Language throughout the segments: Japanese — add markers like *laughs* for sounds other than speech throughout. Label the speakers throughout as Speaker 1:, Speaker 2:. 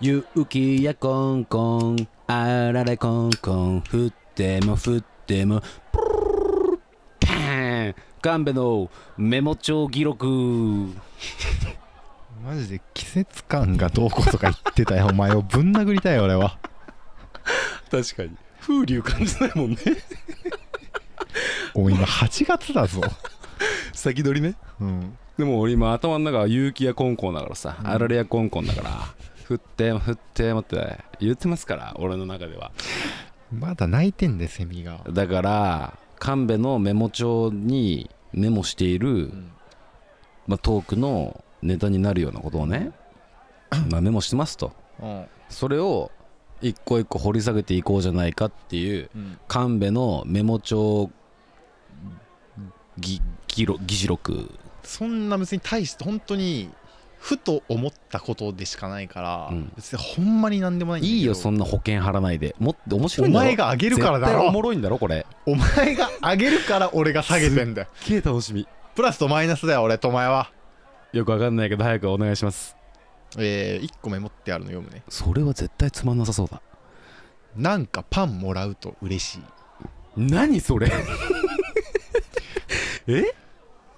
Speaker 1: 雪やコンコンあられコンコン降っても降ってもプルルルパーン神戸のメモ帳記録
Speaker 2: マジで季節感がどうこうとか言って *laughs* たよお前をぶん殴りたい俺は
Speaker 1: 確かに風流感じないもん *laughs* ね
Speaker 2: お前今8月だぞ、
Speaker 1: 先取りね
Speaker 2: うん、
Speaker 1: でも俺今頭の中は勇気やコンコンだからさ、
Speaker 2: うん
Speaker 1: あられやコンコンだから振っても振ってもって言ってますから俺の中では
Speaker 2: まだ泣いてんでセミが、
Speaker 1: だから神戸のメモ帳にメモしている、まあ、トークのネタになるようなことをね、まあ、メモしてますと
Speaker 2: うん
Speaker 1: それを一個一個掘り下げていこうじゃないかっていう
Speaker 2: うん、
Speaker 1: 神戸のメモ帳ぎ議ろ議事録
Speaker 2: そんな別に大して本当にふと思ったことでしかないから、
Speaker 1: うん
Speaker 2: 別にほんまになんでもないんだけど
Speaker 1: いいよそんな保険張らないでもっと面白
Speaker 2: お
Speaker 1: いんだろ
Speaker 2: 前が上げるからだ
Speaker 1: 絶対お
Speaker 2: ろ
Speaker 1: もろいんだろこれ
Speaker 2: お前が上げるから俺が下げてんだよ
Speaker 1: すっげえ楽しみ
Speaker 2: プラスとマイナスだよ俺とお前は
Speaker 1: よくわかんないけど早くお願いします
Speaker 2: えー、1個メモってあるの読むね
Speaker 1: それは絶対つまんなさそうだ
Speaker 2: なんかパンもらうと嬉しい
Speaker 1: 何それえ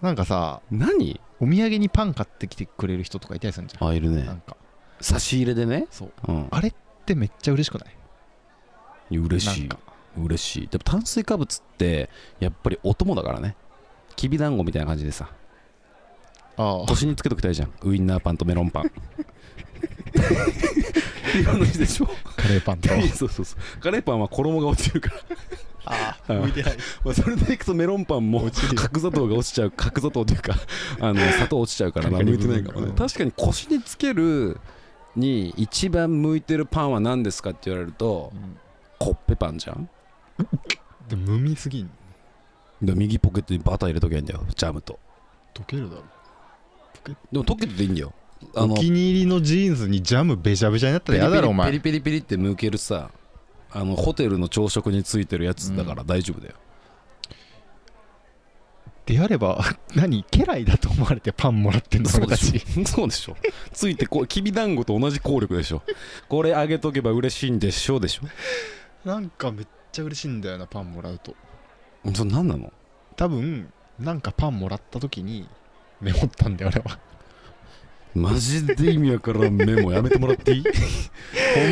Speaker 2: なんかさ
Speaker 1: *laughs* 何
Speaker 2: お土産にパン買ってきてくれる人とかいたりするんじゃん、
Speaker 1: あいる
Speaker 2: なん
Speaker 1: ね
Speaker 2: か
Speaker 1: 差し入れでね
Speaker 2: そう
Speaker 1: うん
Speaker 2: あれってめっちゃ嬉しくない
Speaker 1: 嬉し
Speaker 2: なん
Speaker 1: い
Speaker 2: か
Speaker 1: 嬉しいでも炭水化物ってやっぱりお供だからねきびだんごみたいな感じでさ
Speaker 2: ああ
Speaker 1: 腰につけときたいじゃんウインナーパンとメロンパンっていう話でしょ
Speaker 2: カレーパンと
Speaker 1: *laughs* そうそうそうカレーパンは衣が落ちるから、う
Speaker 2: あ
Speaker 1: ん
Speaker 2: 向いてない
Speaker 1: まあ、それでいくとメロンパンも角砂糖が落ちちゃう角砂糖というかあの砂糖落ちちゃうからまあ
Speaker 2: カリカ
Speaker 1: 向
Speaker 2: リ
Speaker 1: いてないかも
Speaker 2: う
Speaker 1: ね
Speaker 2: ん
Speaker 1: 確かに腰につけるに一番向いてるパンは何ですかって言われるとコッペパンじゃん
Speaker 2: でも無味すぎん
Speaker 1: で右ポケットにバター入れときゃいいんだよジャムと
Speaker 2: 溶けるだろ
Speaker 1: でも溶けてていいんだよあ
Speaker 2: お
Speaker 1: の
Speaker 2: 気に入りのジーンズにジャムべちゃべちゃになったらやだろお
Speaker 1: ペ
Speaker 2: 前
Speaker 1: リペリペリって剥けるさあのホテルの朝食についてるやつだから大丈夫だよ、
Speaker 2: であれば *laughs* 何家来だと思われてパンもらってんの
Speaker 1: そうで
Speaker 2: 俺た
Speaker 1: し
Speaker 2: ち
Speaker 1: ょ *laughs* そうでしょついてこうきびだんごと同じ効力でしょこれあげとけば嬉しいんでしょうでしょ
Speaker 2: なんかめっちゃ嬉しいんだよなパンもらうと
Speaker 1: それ何なの
Speaker 2: 多分なんかパンもらった時にメモったんだよ俺は
Speaker 1: マジで意味わからんメモやめてもらって
Speaker 2: *laughs*
Speaker 1: いい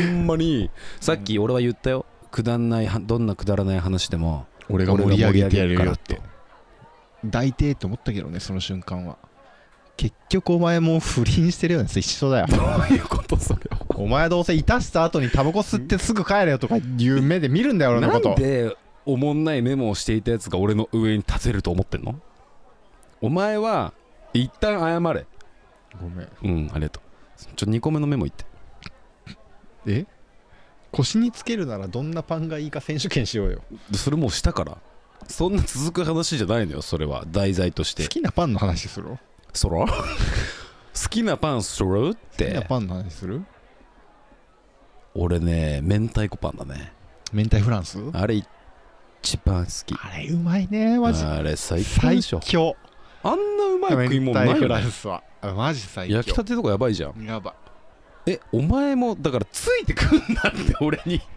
Speaker 1: ほんまにさっき俺は言ったよくだんないはどんなくだらない話でも
Speaker 2: 俺が盛り上げてやる
Speaker 1: 俺が
Speaker 2: よっ
Speaker 1: 盛り上げる
Speaker 2: て
Speaker 1: か
Speaker 2: 抱いてーって思ったけどねその瞬間は結局お前も不倫してるよね一緒だよ
Speaker 1: ら
Speaker 2: *laughs*
Speaker 1: ってどういうことそれ
Speaker 2: お前どうせいたした後にタバコ吸ってすぐ帰れよとかいう目で見るんだよ俺の
Speaker 1: な
Speaker 2: こ
Speaker 1: ん
Speaker 2: と
Speaker 1: でおもんないメモをしていたやつが俺の上に立てると思ってんのお前は一旦謝れ
Speaker 2: ごめん
Speaker 1: うんありがとうちょ2個目のメモ言って
Speaker 2: え腰につけるならどんなパンがいいか選手権しようよ
Speaker 1: でそれもうしたからそんな続く話じゃないのよそれは題材とし
Speaker 2: 好
Speaker 1: て
Speaker 2: きなパンの話する好
Speaker 1: そろ *laughs* 好きなパンそろっ
Speaker 2: きな
Speaker 1: て
Speaker 2: パンの話する
Speaker 1: 俺ね明太子パンだね
Speaker 2: 明太フランス
Speaker 1: あれ一番好き
Speaker 2: あれうまいねマジ
Speaker 1: あれ最高
Speaker 2: 最
Speaker 1: でしょ
Speaker 2: 強
Speaker 1: あんなうまい
Speaker 2: 明
Speaker 1: 食い
Speaker 2: 太
Speaker 1: 物ない
Speaker 2: フ
Speaker 1: よ
Speaker 2: ラ
Speaker 1: ね
Speaker 2: ンスはあマジ最強
Speaker 1: 焼きたてとかやばいじゃん
Speaker 2: やば
Speaker 1: えお前もだからついてくんなって俺に *laughs*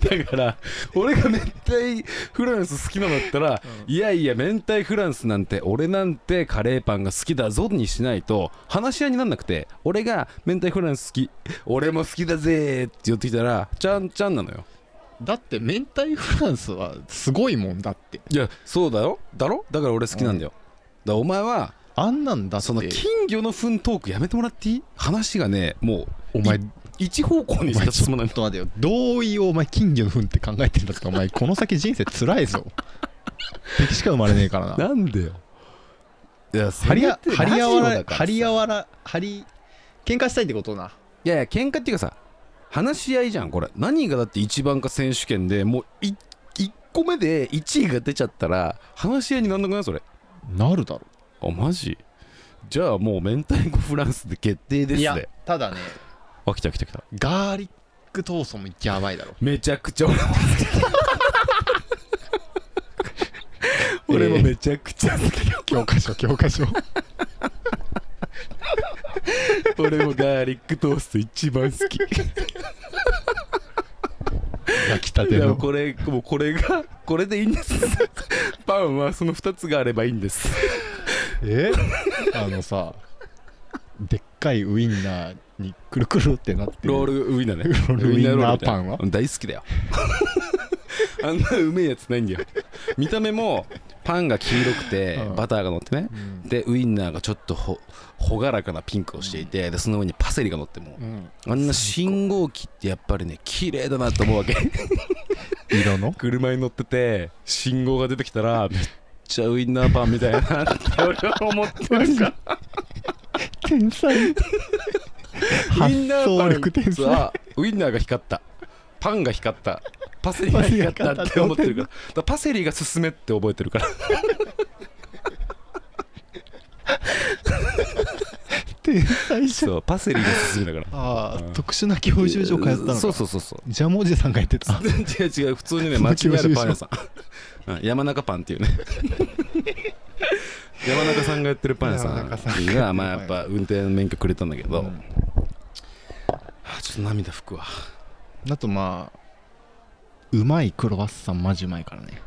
Speaker 1: だから俺が明太フランス好きなのだったら、
Speaker 2: うん
Speaker 1: いやいや明太フランスなんて俺なんてカレーパンが好きだぞにしないと話し合いになんなくて俺が明太フランス好き俺も好きだぜーって寄ってきたらちゃんちゃんなのよ
Speaker 2: だって明太フランスはすごいもんだって
Speaker 1: いやそうだよだろだから俺好きなんだよ、だからお前は
Speaker 2: あんなんだって
Speaker 1: その金魚の糞トークやめてもらっていい話がねもう
Speaker 2: お前
Speaker 1: い一方向にしか進まない
Speaker 2: ちょっと待てよ同意をお前金魚の糞って考えてんだったらお前この先人生辛いぞ敵しか生まれねえからな
Speaker 1: なんでよいや
Speaker 2: 張り合
Speaker 1: せめて
Speaker 2: 張り合わ
Speaker 1: ラジオだ
Speaker 2: ら
Speaker 1: から
Speaker 2: 張り合
Speaker 1: さ
Speaker 2: わら張り喧嘩したいってことない
Speaker 1: やいや喧嘩っていうかさ話し合いじゃんこれ何がだって一番か選手権でもうい一個目で1位が出ちゃったら話し合いになんなくないそれ
Speaker 2: なるだろ
Speaker 1: あマジじゃあもう明太子フランスで決定です
Speaker 2: い
Speaker 1: ね
Speaker 2: やただね
Speaker 1: あ来た来た来た
Speaker 2: ガーリックトーストもやばいだろ
Speaker 1: めちゃくちゃ俺も好き *laughs* 俺もめちゃくちゃ好き
Speaker 2: 教科書教科書
Speaker 1: 俺もガーリックトースト一番好き
Speaker 2: 焼きたて
Speaker 1: でも
Speaker 2: の
Speaker 1: これもうこれがこれでいいんです *laughs* パンはその2つがあればいいんです
Speaker 2: えあのさでっかいウインナーにくるくるってなってる
Speaker 1: ロールウインナーね
Speaker 2: ロールウインナー
Speaker 1: ロみたいな
Speaker 2: パンは
Speaker 1: うん大好きだよ *laughs* あんなうめえやつないんだよ見た目もパンが黄色くて
Speaker 2: うん
Speaker 1: バターが乗ってね
Speaker 2: うん
Speaker 1: でウインナーがちょっとほ朗らかなピンクをしていてでその上にパセリが乗っても
Speaker 2: うん
Speaker 1: うあんな信号機ってやっぱりね綺麗だなと思うわ
Speaker 2: *laughs*
Speaker 1: け
Speaker 2: 色の
Speaker 1: 車に乗ってて信号が出てきたらめっちゃウインナーパンみたいなって俺は思ってました
Speaker 2: 天才発想力天
Speaker 1: ウインナーパン
Speaker 2: 才
Speaker 1: はウインナーが光ったパンが光ったパセリが光ったって思ってるからだからパセリがすすめって覚えてる
Speaker 2: *laughs*
Speaker 1: から
Speaker 2: 天才じゃん
Speaker 1: そうパセリがすすめだから
Speaker 2: あ
Speaker 1: う
Speaker 2: あ
Speaker 1: ん
Speaker 2: 特殊な教習所通ったのか
Speaker 1: そうそうそう
Speaker 2: *laughs*
Speaker 1: そう
Speaker 2: ジャムおじさんがやってた
Speaker 1: 違う違う普通にね町にあるパン屋さん *laughs* うん山中パンっていうね山中さんがやってるパン屋さ
Speaker 2: 山中さんが
Speaker 1: ん
Speaker 2: やってるパン
Speaker 1: が
Speaker 2: 屋
Speaker 1: まあやっぱ運転免許くれたんだけど、
Speaker 2: うん
Speaker 1: あちょっと涙拭くわ
Speaker 2: あとまあうまいクロワッサンマジうまいからね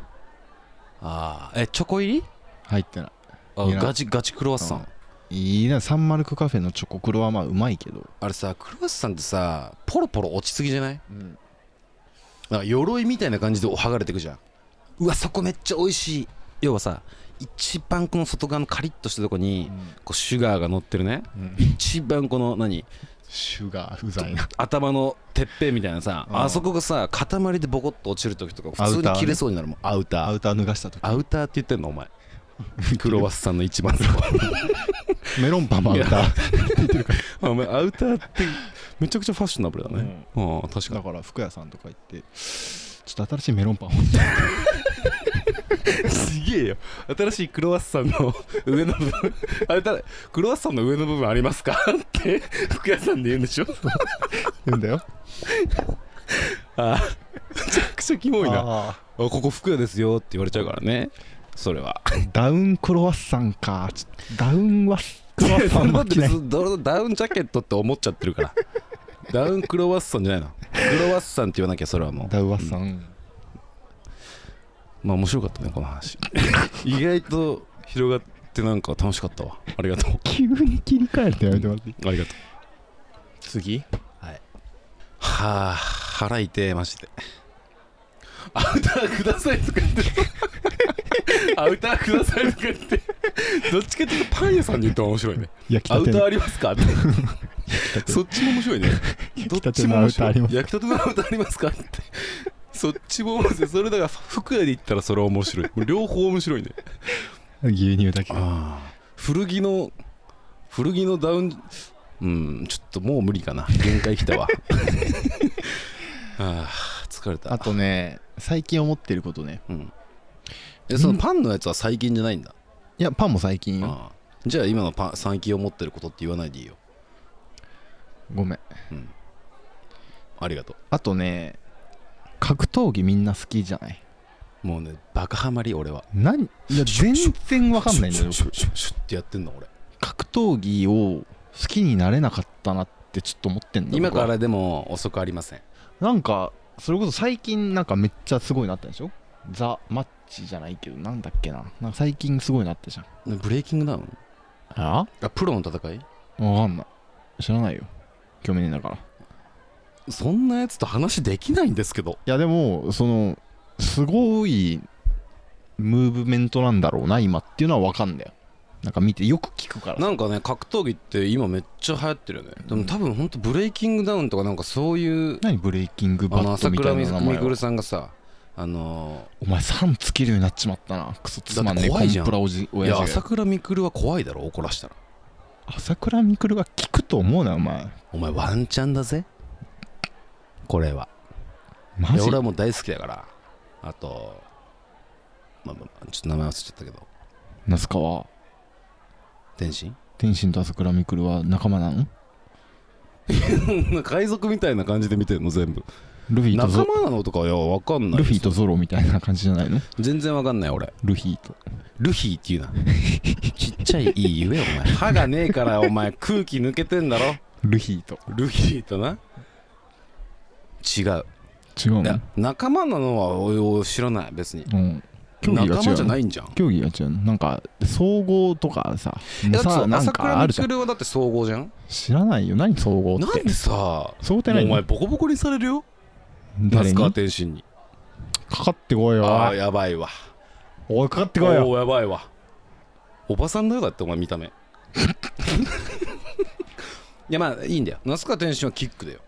Speaker 1: あーえチョコ入り
Speaker 2: 入ってない
Speaker 1: あ
Speaker 2: いや
Speaker 1: ガチガチクロワッサン、
Speaker 2: いいなサンマルクカフェのチョコクロはまあうまいけど、
Speaker 1: あれさクロワッサンってさポロポロ落ちすぎじゃないなんか鎧みたいな感じで剥がれてくじゃんうわそこめっちゃ美味しい要はさ一番この外側のカリッとしたとこにこうシュガーが乗ってるね一番この何
Speaker 2: シュガーうざいな
Speaker 1: 頭のてっぺんみたいなさ
Speaker 2: うん
Speaker 1: あそこがさ塊でボコッと落ちる時とか
Speaker 2: ア
Speaker 1: 普
Speaker 2: ウ
Speaker 1: 通
Speaker 2: ター
Speaker 1: に
Speaker 2: ね
Speaker 1: 切れそうになるもんアウタ
Speaker 2: ア
Speaker 1: ー
Speaker 2: ウター脱がした時
Speaker 1: アウターって言ってんのお前クロワッサンの一番最後
Speaker 2: メロンパンもアウター
Speaker 1: *laughs* お前アウターってめちゃくちゃファッショナブルだね、うん、確
Speaker 2: だ
Speaker 1: か
Speaker 2: から服屋さんとか行ってちょっと新しいメロンパンを
Speaker 1: にすげえよ新しいクロワッサンの上の部分あれだクロワッサンの上の部分ありますか *laughs* って服屋さんで言うんでしょ
Speaker 2: 言うんだよ
Speaker 1: あーめちゃくちゃキモいなあ
Speaker 2: あ
Speaker 1: ここ服屋ですよって言われちゃうからねそれは
Speaker 2: ーダウンクロワッサンかちょダウンはクロワッサン
Speaker 1: だ
Speaker 2: も
Speaker 1: っ
Speaker 2: 着
Speaker 1: て *laughs*
Speaker 2: ない
Speaker 1: ずどダウンジャケットって思っちゃってるから *laughs* ダウンクロワッサンじゃないのクロワッサンって言わなきゃそれはもう
Speaker 2: ダウワッサン
Speaker 1: まあ面白かったねこの話 *laughs* 意外と広がってなんか楽しかったわありがとう
Speaker 2: 急に切り替えてやめてもらっていい
Speaker 1: ありがとう次はいはあ腹痛えマジでアウターくださいとか言ってアウターくださいとか言ってどっちかっていうとパン屋さんに言ったら面白いね
Speaker 2: 焼
Speaker 1: *laughs*
Speaker 2: き
Speaker 1: ア
Speaker 2: た
Speaker 1: ウ
Speaker 2: て
Speaker 1: ター
Speaker 2: の
Speaker 1: ありますかって *laughs* そっちも面白いね
Speaker 2: 焼きたてのアウターあります
Speaker 1: 焼きたてのアウターありますかってそっちも面白いそれだから服屋で言ったらそれは面白いもう両方面白いね
Speaker 2: 牛乳だけ
Speaker 1: ああ古着の古着のダウンうんちょっともう無理かな限界きたわ *laughs* ああ疲れた
Speaker 2: あとね最近思ってることね
Speaker 1: うんえそのパンのやつは最近じゃないんだ
Speaker 2: いやパンも最近よ
Speaker 1: ああじゃあ今のパン最近思ってることって言わないでいいよ
Speaker 2: ごめん
Speaker 1: うんありがと
Speaker 2: あとね格闘技みんな好きじゃないう
Speaker 1: もうねバカハマり俺は
Speaker 2: 何いや全然わかんないんだよ
Speaker 1: シュッシュッシュッシュッシュッってやってんの俺
Speaker 2: 格闘技を好きになれなかったなってちょっと思ってんの
Speaker 1: 今からでも遅くありません
Speaker 2: なんかそれこそ最近なんかめっちゃすごいなったでしょザ・マッチじゃないけどなんだっけななんか最近すごいなったじゃん
Speaker 1: ブレイキングダウン
Speaker 2: あ
Speaker 1: あプロの戦い
Speaker 2: わかんない知らないよ興味ねえんだからい
Speaker 1: そんなやつと話できないんですけど
Speaker 2: やでもそのすごいムーブメントなんだろうな今っていうのはわかんだよなんか見てよく聞くから
Speaker 1: なんかね格闘技って今めっちゃ流行ってるよね、でも多分ほんとブレイキングダウンとかなんかそういう
Speaker 2: 何ブレイキング
Speaker 1: あ
Speaker 2: バ
Speaker 1: の
Speaker 2: ット
Speaker 1: 朝
Speaker 2: みた
Speaker 1: 倉
Speaker 2: い
Speaker 1: み
Speaker 2: な名
Speaker 1: み
Speaker 2: 前
Speaker 1: く
Speaker 2: は
Speaker 1: るさんがさあの
Speaker 2: お前さんつけるようになっちまったなクソつまんね
Speaker 1: だって怖
Speaker 2: えコ
Speaker 1: いじゃん
Speaker 2: ンプラおじ
Speaker 1: ーい
Speaker 2: 親
Speaker 1: や
Speaker 2: 父
Speaker 1: 朝
Speaker 2: が
Speaker 1: 倉みくるは怖いだろ怒らしたら
Speaker 2: 朝倉未来が聞くと思うなお前
Speaker 1: お前ワンチャンだぜこれは
Speaker 2: マ
Speaker 1: いや
Speaker 2: ジ
Speaker 1: 俺はもう大好きだからあとまあまあまあちょっと名前忘れちゃったけど
Speaker 2: 那須川
Speaker 1: 天
Speaker 2: *laughs*
Speaker 1: 心
Speaker 2: 天心と朝倉未来は仲間なの
Speaker 1: 海賊みたいな感じで見てるの全部
Speaker 2: ルフィと
Speaker 1: 仲
Speaker 2: ゾ
Speaker 1: 間なのとかいやわかんない
Speaker 2: ルフィと
Speaker 1: そ
Speaker 2: ゾロみたいな感じじゃないの
Speaker 1: う全然わかんない俺
Speaker 2: ルフィと
Speaker 1: ルフィって *laughs* いうなちっちゃいいい言えよお前歯がねえからお前空気抜けてんだろ
Speaker 2: ルフィと
Speaker 1: ルフィとな違う
Speaker 2: 違う
Speaker 1: いや
Speaker 2: の
Speaker 1: 仲間なのはおい知らない別に
Speaker 2: うん競技
Speaker 1: 仲
Speaker 2: が違
Speaker 1: 間
Speaker 2: う
Speaker 1: じゃ
Speaker 2: の
Speaker 1: ないんじゃん
Speaker 2: 競技が違うのなんか総合とかさ
Speaker 1: だって
Speaker 2: さ
Speaker 1: さ
Speaker 2: な
Speaker 1: 朝
Speaker 2: んか
Speaker 1: 倉
Speaker 2: あるじゃん
Speaker 1: 未来はだって総合じゃん
Speaker 2: 知らないよ何総合っ
Speaker 1: なん
Speaker 2: て
Speaker 1: でさ
Speaker 2: 総合って
Speaker 1: もう
Speaker 2: 何
Speaker 1: お前ボコボコにされるよ夏
Speaker 2: 誰に
Speaker 1: 川
Speaker 2: か
Speaker 1: 天心に
Speaker 2: かってこい
Speaker 1: あ
Speaker 2: よ
Speaker 1: あやばいわ
Speaker 2: おいかかって
Speaker 1: お
Speaker 2: こいよ
Speaker 1: ーやばいわおばさんだよだってお前見た
Speaker 2: *laughs*
Speaker 1: 目いやまあいいんだよ那須川天心はキックだよ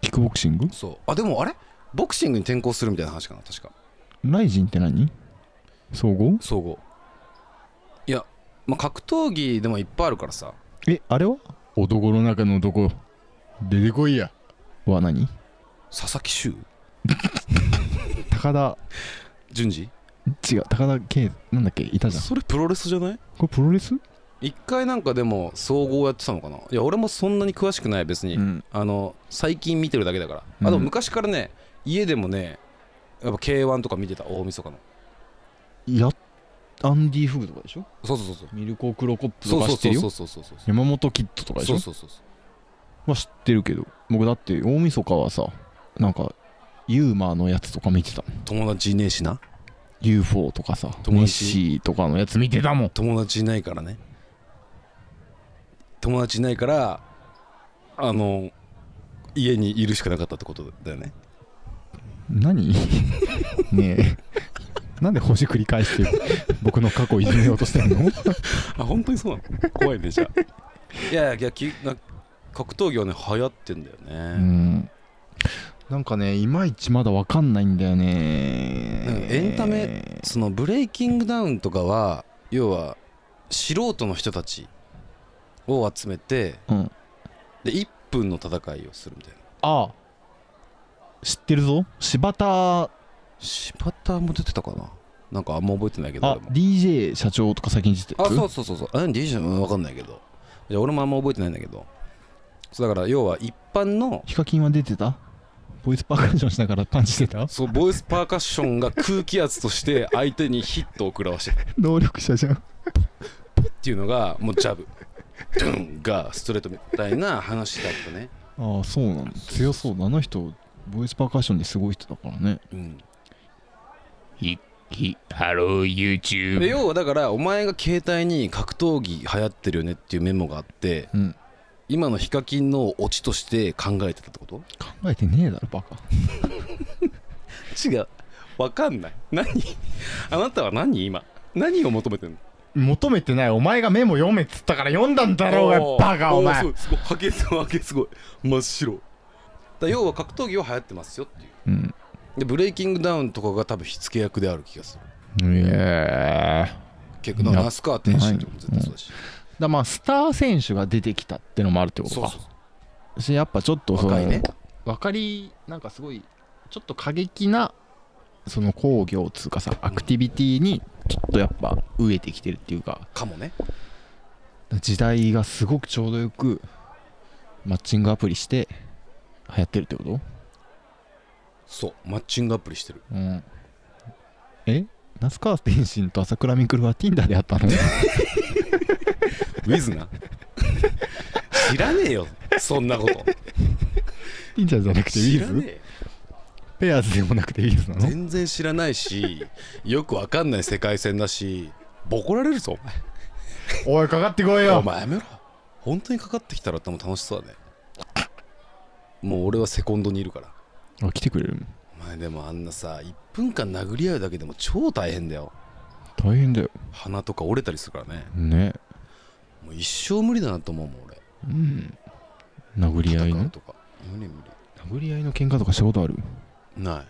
Speaker 2: キックボクシング
Speaker 1: そうあでもあれボクシングに転向するみたいな話かな確か
Speaker 2: ライジンって何総合
Speaker 1: 総合いや、まあ、格闘技でもいっぱいあるからさ
Speaker 2: えあれは男の中の男出てこいやは何
Speaker 1: 佐々木修
Speaker 2: 高田
Speaker 1: 順次
Speaker 2: 違う高田圭なんだっけいたじゃん
Speaker 1: それプロレスじゃない
Speaker 2: これプロレス
Speaker 1: 一回なんかでも総合やってたのかないや俺もそんなに詳しくない別に、
Speaker 2: ん
Speaker 1: あの最近見てるだけだから、
Speaker 2: うん
Speaker 1: あでも昔からね家でもねやっぱ k 1とか見てた大晦日の
Speaker 2: やアンディ・フグとかでしょ
Speaker 1: そうそうそうそう
Speaker 2: ミルコ・クロコップと
Speaker 1: そう
Speaker 2: か
Speaker 1: そ
Speaker 2: 知
Speaker 1: う
Speaker 2: って
Speaker 1: そう
Speaker 2: る
Speaker 1: そ
Speaker 2: よ
Speaker 1: うそうそうそうそう
Speaker 2: 山本キッドとかでし
Speaker 1: そ
Speaker 2: ょ
Speaker 1: うそうそうそう
Speaker 2: は知ってるけど僕だって大晦日はさなんかユーマーのやつとか見てた
Speaker 1: 友達いねえしな
Speaker 2: UFO とかさネ
Speaker 1: 友達
Speaker 2: ッシーとかのやつ見てたもん
Speaker 1: 友達いないからね友達いないからあの家にいるしかなかったってことだよね
Speaker 2: 何 *laughs* ねえ *laughs* なんで星繰り返して僕の過去いじめようとしてんの
Speaker 1: あ本当にそうなの怖いねじゃあ *laughs* いやいやきな格闘技はね流行ってんだよ
Speaker 2: *laughs* う
Speaker 1: ね、
Speaker 2: んなんかねいまいちまだわかんないんだよね
Speaker 1: なんかエンタメそのブレイキングダウンとかは要は素人の人たちを集めて
Speaker 2: うん
Speaker 1: で1分の戦いをするみたいな
Speaker 2: ああ知ってるぞ柴田
Speaker 1: 柴田も出てたかななんかあんま覚えてないけど
Speaker 2: あ
Speaker 1: 俺も
Speaker 2: DJ 社長とか最近知ってる
Speaker 1: あそうそうそうそうあ DJ も分かんないけどいや俺もあんま覚えてないんだけどそうだから要は一般の
Speaker 2: ヒカキンは出てたボイスパーカッションしながらパンチしてた
Speaker 1: そうボイスパーカッションが空気圧として *laughs* 相手にヒットを食らわして
Speaker 2: *laughs* 能力者じゃん
Speaker 1: っていうのがもうジャブドゥンがストレートみたいな話だったね、
Speaker 2: ああそうなの強そうだあの人ボイスパーカッションですごい人だからね
Speaker 1: うん、
Speaker 3: ひ、ひ、ハロー YouTube
Speaker 1: で。要はだからお前が携帯に格闘技流行ってるよねっていうメモがあって
Speaker 2: うん
Speaker 1: 今のヒカキンのオチとして考えてたってこと
Speaker 2: 考えてねえだろバカ
Speaker 1: 違うわかんない何 *laughs* あなたは何今何を求めてるの
Speaker 2: 求めてないお前がメモ読めっつったから読んだんだろうがバカお前
Speaker 1: ーすごいすごいハゲすごいハゲすごい真っ白だから要は格闘技は流行ってますよっていう
Speaker 2: うん
Speaker 1: でブレイキングダウンとかが多分火付け役である気がする
Speaker 2: いやー
Speaker 1: 結構
Speaker 2: いや
Speaker 1: 那須川天心とかも絶対そうだし、
Speaker 2: だまあスター選手が出てきたってのもあるってこと
Speaker 1: そう
Speaker 2: か
Speaker 1: そうそ
Speaker 2: しやっぱちょっと
Speaker 1: う
Speaker 2: その
Speaker 1: 若いね
Speaker 2: 分かりなんかすごいちょっと過激なその工業っつうかさアクティビティにちょっとやっぱ飢えてきてるっていうか
Speaker 1: かもね
Speaker 2: 時代がすごくちょうどよくマッチングアプリして流行ってるってこと
Speaker 1: そうマッチングアプリしてる
Speaker 2: うんえ那須川天心と朝倉未来は Tinder であったの *laughs*
Speaker 1: ウィズな *laughs* 知らねえよそんなこと
Speaker 2: *laughs* Tinder じゃなくてウ
Speaker 1: 知
Speaker 2: ィ
Speaker 1: ら
Speaker 2: ズ
Speaker 1: ねえ
Speaker 2: ペアーズでもなくてウィズなの
Speaker 1: 全然知らないしよくわかんない世界線だしボコられるぞ
Speaker 2: おいかかってこい
Speaker 1: お前やめろ本当にかかってきたら多分楽しそうだねもう俺はセコンドにいるから
Speaker 2: あ来てくれる
Speaker 1: お前でもあんなさ1分間殴り合うだけでも超大変だよ
Speaker 2: 大変だよ
Speaker 1: 鼻とか折れたりするからね
Speaker 2: ね
Speaker 1: もう一生無理だなと思うもん俺
Speaker 2: うん殴り合い
Speaker 1: 戦う
Speaker 2: の
Speaker 1: とか無理無
Speaker 2: 殴り合いの喧嘩とかしたことある
Speaker 1: 理ない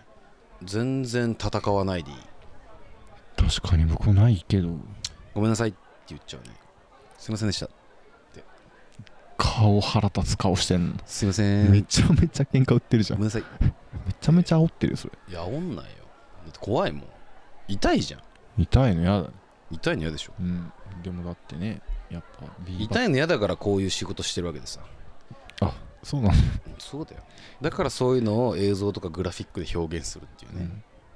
Speaker 1: 全然戦わないでいい
Speaker 2: 確かに僕はないけど
Speaker 1: ごめんなさいって言っちゃうねすいませんでした
Speaker 2: 顔腹立つ顔してんの
Speaker 1: すいません
Speaker 2: めちゃめちゃ喧嘩売ってるじ
Speaker 1: ご
Speaker 2: ゃん
Speaker 1: めん
Speaker 2: め
Speaker 1: なさい
Speaker 2: ちゃめちゃ煽ってるよそれ
Speaker 1: いやおんないよだって怖いもん痛いじゃん
Speaker 2: 痛いのやだ
Speaker 1: 痛いの嫌でしょ
Speaker 2: うんでもだってねやっぱビーバ
Speaker 1: 痛いの嫌だからこういう仕事してるわけでさ
Speaker 2: あそうなの、
Speaker 1: そうだよだからそういうのを映像とかグラフィックで表現するっていうね、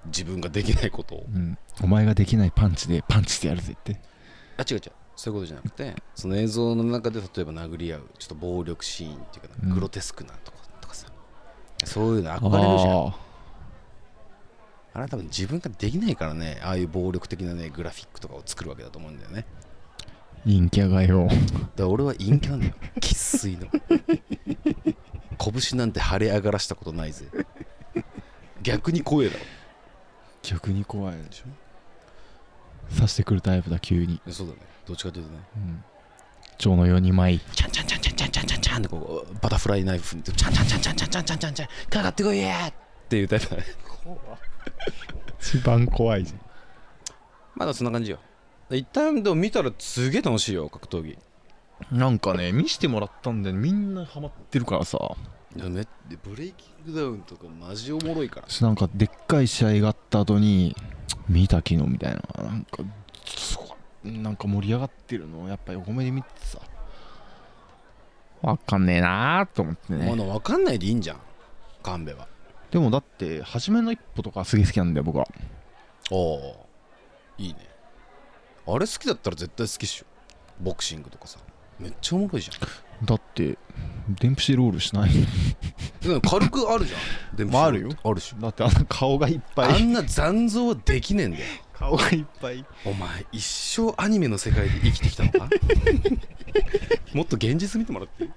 Speaker 1: 自分ができないことを
Speaker 2: うん、お前ができないパンチでパンチしてやるぜって
Speaker 1: あ違う違うそういうことじゃなくてその映像の中で例えば殴り合うちょっと暴力シーンっていうか、
Speaker 2: うん
Speaker 1: グロテスクなとことかさそういうの憧れるじゃんあ
Speaker 2: あ
Speaker 1: れは多分自分ができないからねああいう暴力的なねグラフィックとかを作るわけだと思うんだよね
Speaker 2: ー陰キャがよ
Speaker 1: だから俺は陰キャなんだ *laughs* よ生粋の拳なんて腫れ上がらしたことないぜ逆に怖えだろ
Speaker 2: 逆に怖いでしょ刺してくるタイプだ急に、
Speaker 1: そうだねどっちかというとね
Speaker 2: うん、蝶のように舞い
Speaker 1: チャンチャンチャンチャンチャンチャンチャンチャンってこうバタフライナイフにチャンチャンチャンチャンチャンチャンチャンチャンチャンかかってこいやーっていうタイプだね
Speaker 2: 一番怖いじゃん
Speaker 1: まだそんな感じよ一旦でも見たらすげえ楽しいよ格闘技
Speaker 2: なんかね見してもらったんでみんなハマってるからさ
Speaker 1: めブレイキングダウンとかマジおもろいから
Speaker 2: なんかでっかい試合があった後に見た昨日みたいななんかすごいなんか盛り上がってるのをやっぱ横目で見てさわかんねえなーと思って
Speaker 1: ま
Speaker 2: ね
Speaker 1: だ分かんないでいいんじゃん神戸は
Speaker 2: でもだって初めの一歩とかすげえ好きなんだよ僕は
Speaker 1: おおいいねあれ好きだったら絶対好きっしょボクシングとかさめっちゃおもろいじゃ
Speaker 2: だってデンプシーロールしない
Speaker 1: んでも軽くあるじゃんでも、
Speaker 2: まああるよ
Speaker 1: あるし
Speaker 2: だってあの顔がいっぱ
Speaker 1: あ
Speaker 2: い
Speaker 1: んな残像はできねえんだよ
Speaker 2: 顔がいっぱい
Speaker 1: お前一生アニメの世界で生きてきたの *laughs* かもっと現実見てもらってい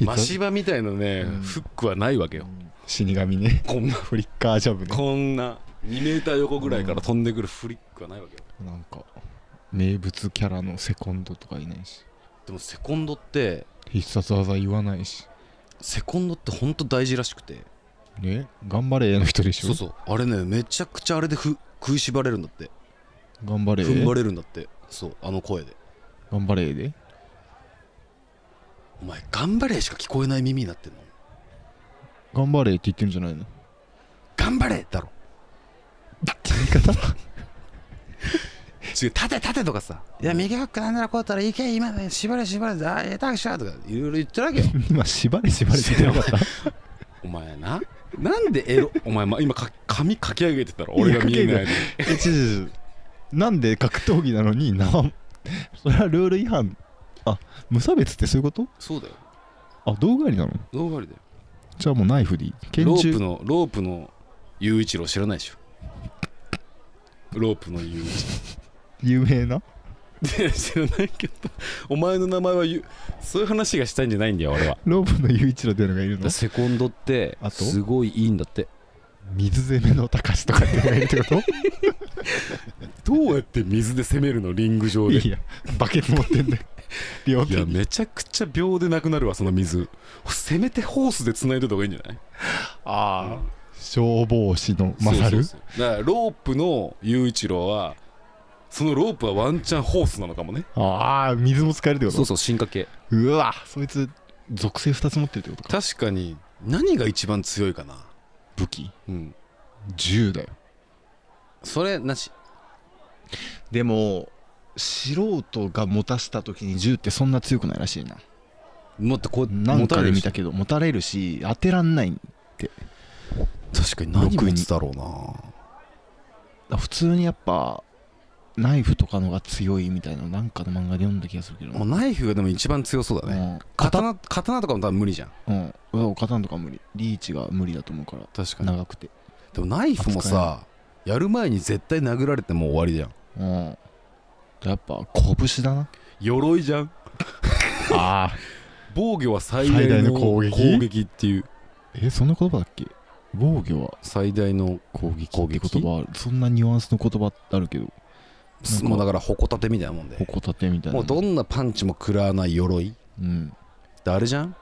Speaker 1: いマシバみたいなね、
Speaker 2: うん
Speaker 1: フックはないわけよ
Speaker 2: 死神ね
Speaker 1: こんな
Speaker 2: フリッカージャブね
Speaker 1: こんな2メーター横ぐらいから飛んでくるフリックはないわけよ
Speaker 2: なんか名物キャラのセコンドとかいないし
Speaker 1: でもセコンドって
Speaker 2: 必殺技言わないし
Speaker 1: セコンドってほんと大事らしくて
Speaker 2: ね頑張れの人でしょ
Speaker 1: そうそうあれねめちゃくちゃあれでふ食いしばれるんだって
Speaker 2: 頑張れ
Speaker 1: 踏ん張れるんだってそうあの声で
Speaker 2: 頑張れで
Speaker 1: お前頑張れしか聞こえない耳になってんの
Speaker 2: 頑張れって言ってるんじゃないの
Speaker 1: 頑張れだろ
Speaker 2: 言い
Speaker 1: *laughs* 違
Speaker 2: 方
Speaker 1: う立て立てとかさ「いや右フックなんだらこうたらいけ今ね縛れ縛れあー下手くしょ」とかいろいろ言ってるわけよ
Speaker 2: 今縛れ *laughs* 縛れって言ってなかっ
Speaker 1: お前ななんでエ *laughs* ロお前、ま、今か髪かき上げてたら俺が見えないのに
Speaker 2: たえちょちょちょなんで格闘技なのに *laughs* 縄それはルール違反あ無差別ってそういうこと
Speaker 1: そうだよ
Speaker 2: あ道具ありなの
Speaker 1: どうありだよ
Speaker 2: じゃあもうナイフでいい拳
Speaker 1: ロープ
Speaker 2: 銃
Speaker 1: のロープの雄一郎知らないでしょロープの雄一
Speaker 2: 有名な
Speaker 1: 郎いや *laughs* 知らないけどお前の名前はゆそういう話がしたいんじゃないんだよ俺は
Speaker 2: ロープの雄一郎っていうのがいるの
Speaker 1: セコンドって
Speaker 2: あと
Speaker 1: すごいいいんだって
Speaker 2: 水攻めの高しとかっていうのがいるってこ
Speaker 1: どうやって水で攻めるのリング上
Speaker 2: と
Speaker 1: で
Speaker 2: いやバケツ持ってんだよ両
Speaker 1: い
Speaker 2: 手
Speaker 1: や
Speaker 2: に
Speaker 1: めちゃくちゃ秒でなくなるわその水せめてホースで繋いでた方がいいんじゃない
Speaker 2: ああ消防士の勝る
Speaker 1: そうそうそうだからロープの雄一郎はそのロープはワンチャンホースなのかもね
Speaker 2: ああ水も使えるってこと
Speaker 1: そうそう進化系
Speaker 2: うわそいつ属性2つ持ってるってことか
Speaker 1: 確かに何が一番強いかな
Speaker 2: 武器
Speaker 1: うん
Speaker 2: 銃だよ
Speaker 1: それなし
Speaker 2: でも素人が持たせた時に銃ってそんな強くないらしいな
Speaker 1: もっとこう
Speaker 2: なんかで見
Speaker 1: した確
Speaker 2: けど持たれるし当てらんない
Speaker 1: かに
Speaker 2: 何
Speaker 1: 何
Speaker 2: 持
Speaker 1: 持
Speaker 2: つ
Speaker 1: つだろうな
Speaker 2: 普通にやっぱナイフとかのが強いみたいなのなんかの漫画で読んだ気がするけど
Speaker 1: もうナイフがでも一番強そうだね
Speaker 2: ね
Speaker 1: 刀刀とかも多分無理じゃん
Speaker 2: うんうん刀とか無理リーチが無理だと思うから
Speaker 1: 確か
Speaker 2: 長くて
Speaker 1: でもナイフもさやる前に絶対殴られてもう終わりじゃん
Speaker 2: うんやっぱ拳 *laughs* だな
Speaker 1: 鎧じゃん
Speaker 2: ああ
Speaker 1: 防御は最大の攻撃
Speaker 2: 最大の攻
Speaker 1: っていう
Speaker 2: えそんな言葉だっけ防御は
Speaker 1: 最大の
Speaker 2: 攻撃
Speaker 1: 攻撃
Speaker 2: って言葉あるそんなニュアンスの言葉ってあるけどなんか
Speaker 1: もうだから矛盾みたいなもんで
Speaker 2: ホコタテみたいな
Speaker 1: もうどんなパンチも食らわない鎧
Speaker 2: うん
Speaker 1: であれじゃん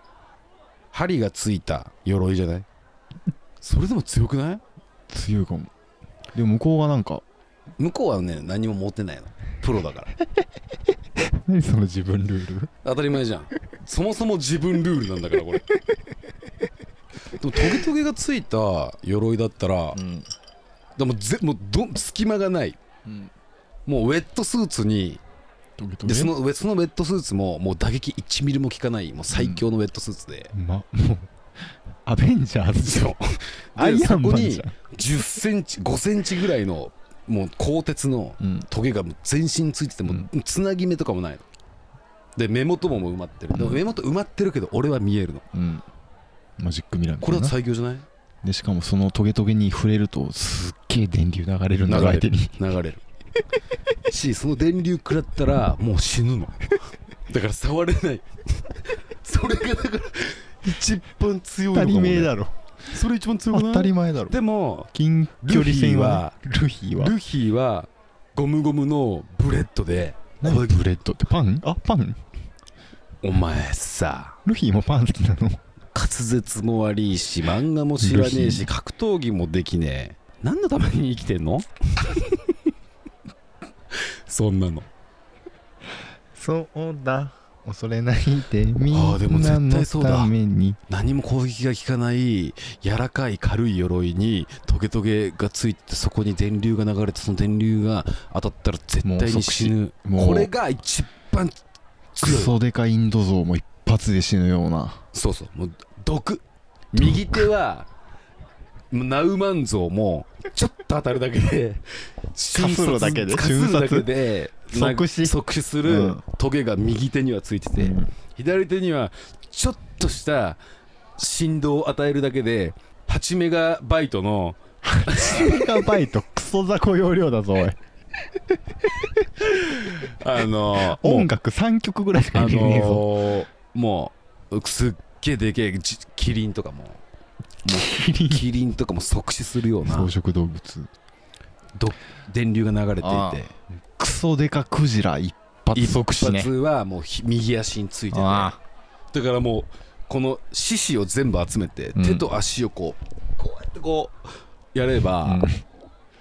Speaker 1: 針がついた鎧じゃないそれでも強くない
Speaker 2: 強いかもでも向こうがなんか
Speaker 1: 向こうはね何も持てないのプロだから
Speaker 2: 何その自分ルール
Speaker 1: 当たり前じゃんそもそも自分ルールなんだからこれでもトゲトゲがついた鎧だったら
Speaker 2: ん、
Speaker 1: でもぜもうど隙間がない
Speaker 2: うん、
Speaker 1: もうウェットスーツに
Speaker 2: トゲトゲ
Speaker 1: でそのウェそのウェットスーツももう打撃1ミリも効かないもう最強のウェットスーツで、
Speaker 2: まもうアベンジャーズじゃん
Speaker 1: そう
Speaker 2: アイアンマン
Speaker 1: そこに
Speaker 2: じゃん
Speaker 1: 10センチ5センチぐらいのもう鋼鉄の
Speaker 2: うん
Speaker 1: トゲがもう全身ついてても
Speaker 2: うん
Speaker 1: うつなぎ目とかもないので目元ももう埋まってるでも
Speaker 2: うん
Speaker 1: 目元埋まってるけど俺は見えるの
Speaker 2: うんマジックミラーみた
Speaker 1: こ
Speaker 2: い
Speaker 1: れ
Speaker 2: な
Speaker 1: は最強じゃない
Speaker 2: でしかもそのトゲトゲに触れるとすっげえ電流流れるんだ
Speaker 1: 流れる
Speaker 2: 相手に
Speaker 1: 流れるしその電流食らったらもう死ぬの *laughs* だから触れないそれがだから一番強いのかも、ね、
Speaker 2: ろ
Speaker 1: それ一番強くない
Speaker 2: 当たり前だろ
Speaker 1: でも
Speaker 2: 近距離戦はルフィは
Speaker 1: ルフィはゴムゴムのブレッドで
Speaker 2: 何ブレッドってパンあパン
Speaker 1: お前さ
Speaker 2: ルフィもパン好きなの
Speaker 1: 滑舌も悪いし漫画も知らねえし
Speaker 2: ル
Speaker 1: 格闘技もできねえ何のために生きてん
Speaker 2: *laughs*
Speaker 1: のそんなの
Speaker 2: そうだ恐れないでみ
Speaker 1: あーでも
Speaker 2: んな
Speaker 1: 絶対
Speaker 2: の
Speaker 1: そうだ
Speaker 2: ために
Speaker 1: 何も攻撃が効かない柔らかい軽い鎧にトゲトゲがついてそこに電流が流れてその電流が当たったら絶対に死ぬ
Speaker 2: もう即死もう
Speaker 1: これが一番
Speaker 2: ク
Speaker 1: 強い
Speaker 2: ソデカインド像も一発で死ぬような
Speaker 1: そうそうもう毒右手はもうナウマンゾウもちょっと当たるだけ
Speaker 2: *laughs*
Speaker 1: で瞬
Speaker 2: するだけで
Speaker 1: かするだけで
Speaker 2: 瞬殺
Speaker 1: なんか
Speaker 2: 即死
Speaker 1: 即死す
Speaker 2: う
Speaker 1: る
Speaker 2: ん
Speaker 1: トゲが右手にはついてて、
Speaker 2: うん
Speaker 1: 左手にはちょっとした振動を与えるだけで8メガバイトの
Speaker 2: メガバイトクソ雑魚容量だぞおい
Speaker 1: あのもう
Speaker 2: *laughs* 音楽3曲ぐらいし
Speaker 1: あ
Speaker 2: か入れねえぞ、
Speaker 1: のーもうすっげえでけえじキリンとかももう
Speaker 2: *laughs* キリン
Speaker 1: キリンとかも即死するような
Speaker 2: 草食動物
Speaker 1: 電流が流れてい
Speaker 2: ああ
Speaker 1: て
Speaker 2: クソデカクジラ一発
Speaker 1: 一
Speaker 2: 即死ね
Speaker 1: 発はもうひ右足についててだ
Speaker 2: あ
Speaker 1: からもうこの四肢を全部集めて
Speaker 2: うん
Speaker 1: 手と足をこうこうやってこうやれ
Speaker 2: あ
Speaker 1: ば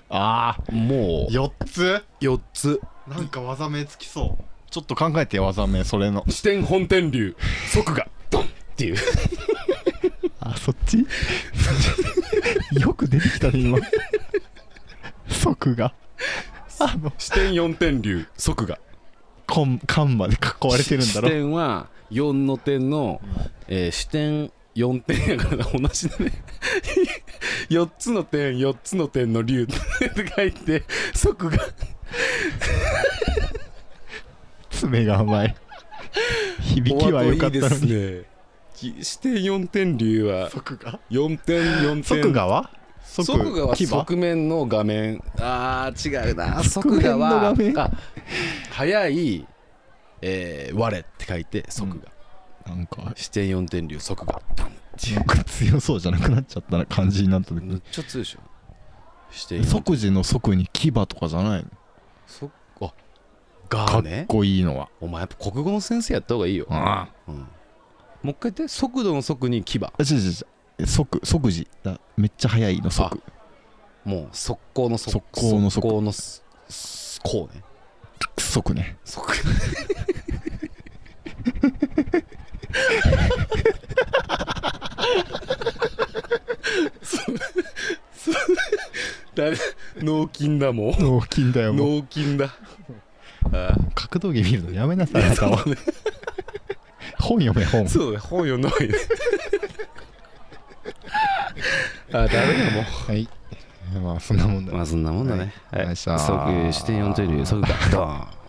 Speaker 2: あ
Speaker 1: も
Speaker 2: 4つ
Speaker 1: う4つ
Speaker 2: なんか技名つきそうちょっと考えてよ技名それの
Speaker 1: 視点本天流即がドンって
Speaker 2: *laughs*
Speaker 1: いう
Speaker 2: あそっち *laughs* よく出てきたね今即があの
Speaker 1: 視点四天流即が
Speaker 2: コンカンマで囲われてるんだ
Speaker 1: 視
Speaker 2: ろ
Speaker 1: 点は4の点の、えー視点4点やからな同じだね4つの点4つの点の竜って書いて即が
Speaker 2: 爪が甘い響きは良かったの
Speaker 1: お後い
Speaker 2: に
Speaker 1: いですねき視点4点竜は
Speaker 2: 即が
Speaker 1: 4点4点
Speaker 2: 即がは即
Speaker 1: 即がは
Speaker 2: 牙
Speaker 1: 側面の画面あー違う *laughs* な
Speaker 2: 側面
Speaker 1: 側
Speaker 2: の
Speaker 1: がは
Speaker 2: 画面
Speaker 1: あ早い、えー、我って書いて即が、
Speaker 2: なんか
Speaker 1: 視点4点竜即が
Speaker 2: なんか強そうじゃなくなっちゃったな感じになった時
Speaker 1: めっ
Speaker 2: に
Speaker 1: ちゃ強いでしょ視点4
Speaker 2: 即時の即に牙とかじゃないの
Speaker 1: 即あが
Speaker 2: か
Speaker 1: ー
Speaker 2: っ
Speaker 1: ね
Speaker 2: こいいのは
Speaker 1: お前やっぱ国語の先生やった方がいいよ、
Speaker 2: あ
Speaker 1: うん、もう一回言って速度の速に牙
Speaker 2: あ違う違う違う即即時だめっちゃ速いの即
Speaker 1: もう速攻の速
Speaker 2: 速攻の速
Speaker 1: 攻のすすこうね
Speaker 2: 即ね
Speaker 1: 速そそだめ脳筋だもん
Speaker 2: 脳筋だよもう
Speaker 1: 脳筋だあ
Speaker 2: 格闘技見るのやめなさいあなた
Speaker 1: あ
Speaker 2: は本読め本
Speaker 1: そうだね本読んだ方がいいねあダメだも
Speaker 2: はいまあそんなもんだ
Speaker 1: まあそんなもんだね、
Speaker 2: はいお願いします
Speaker 1: 即視点4点流即がドーン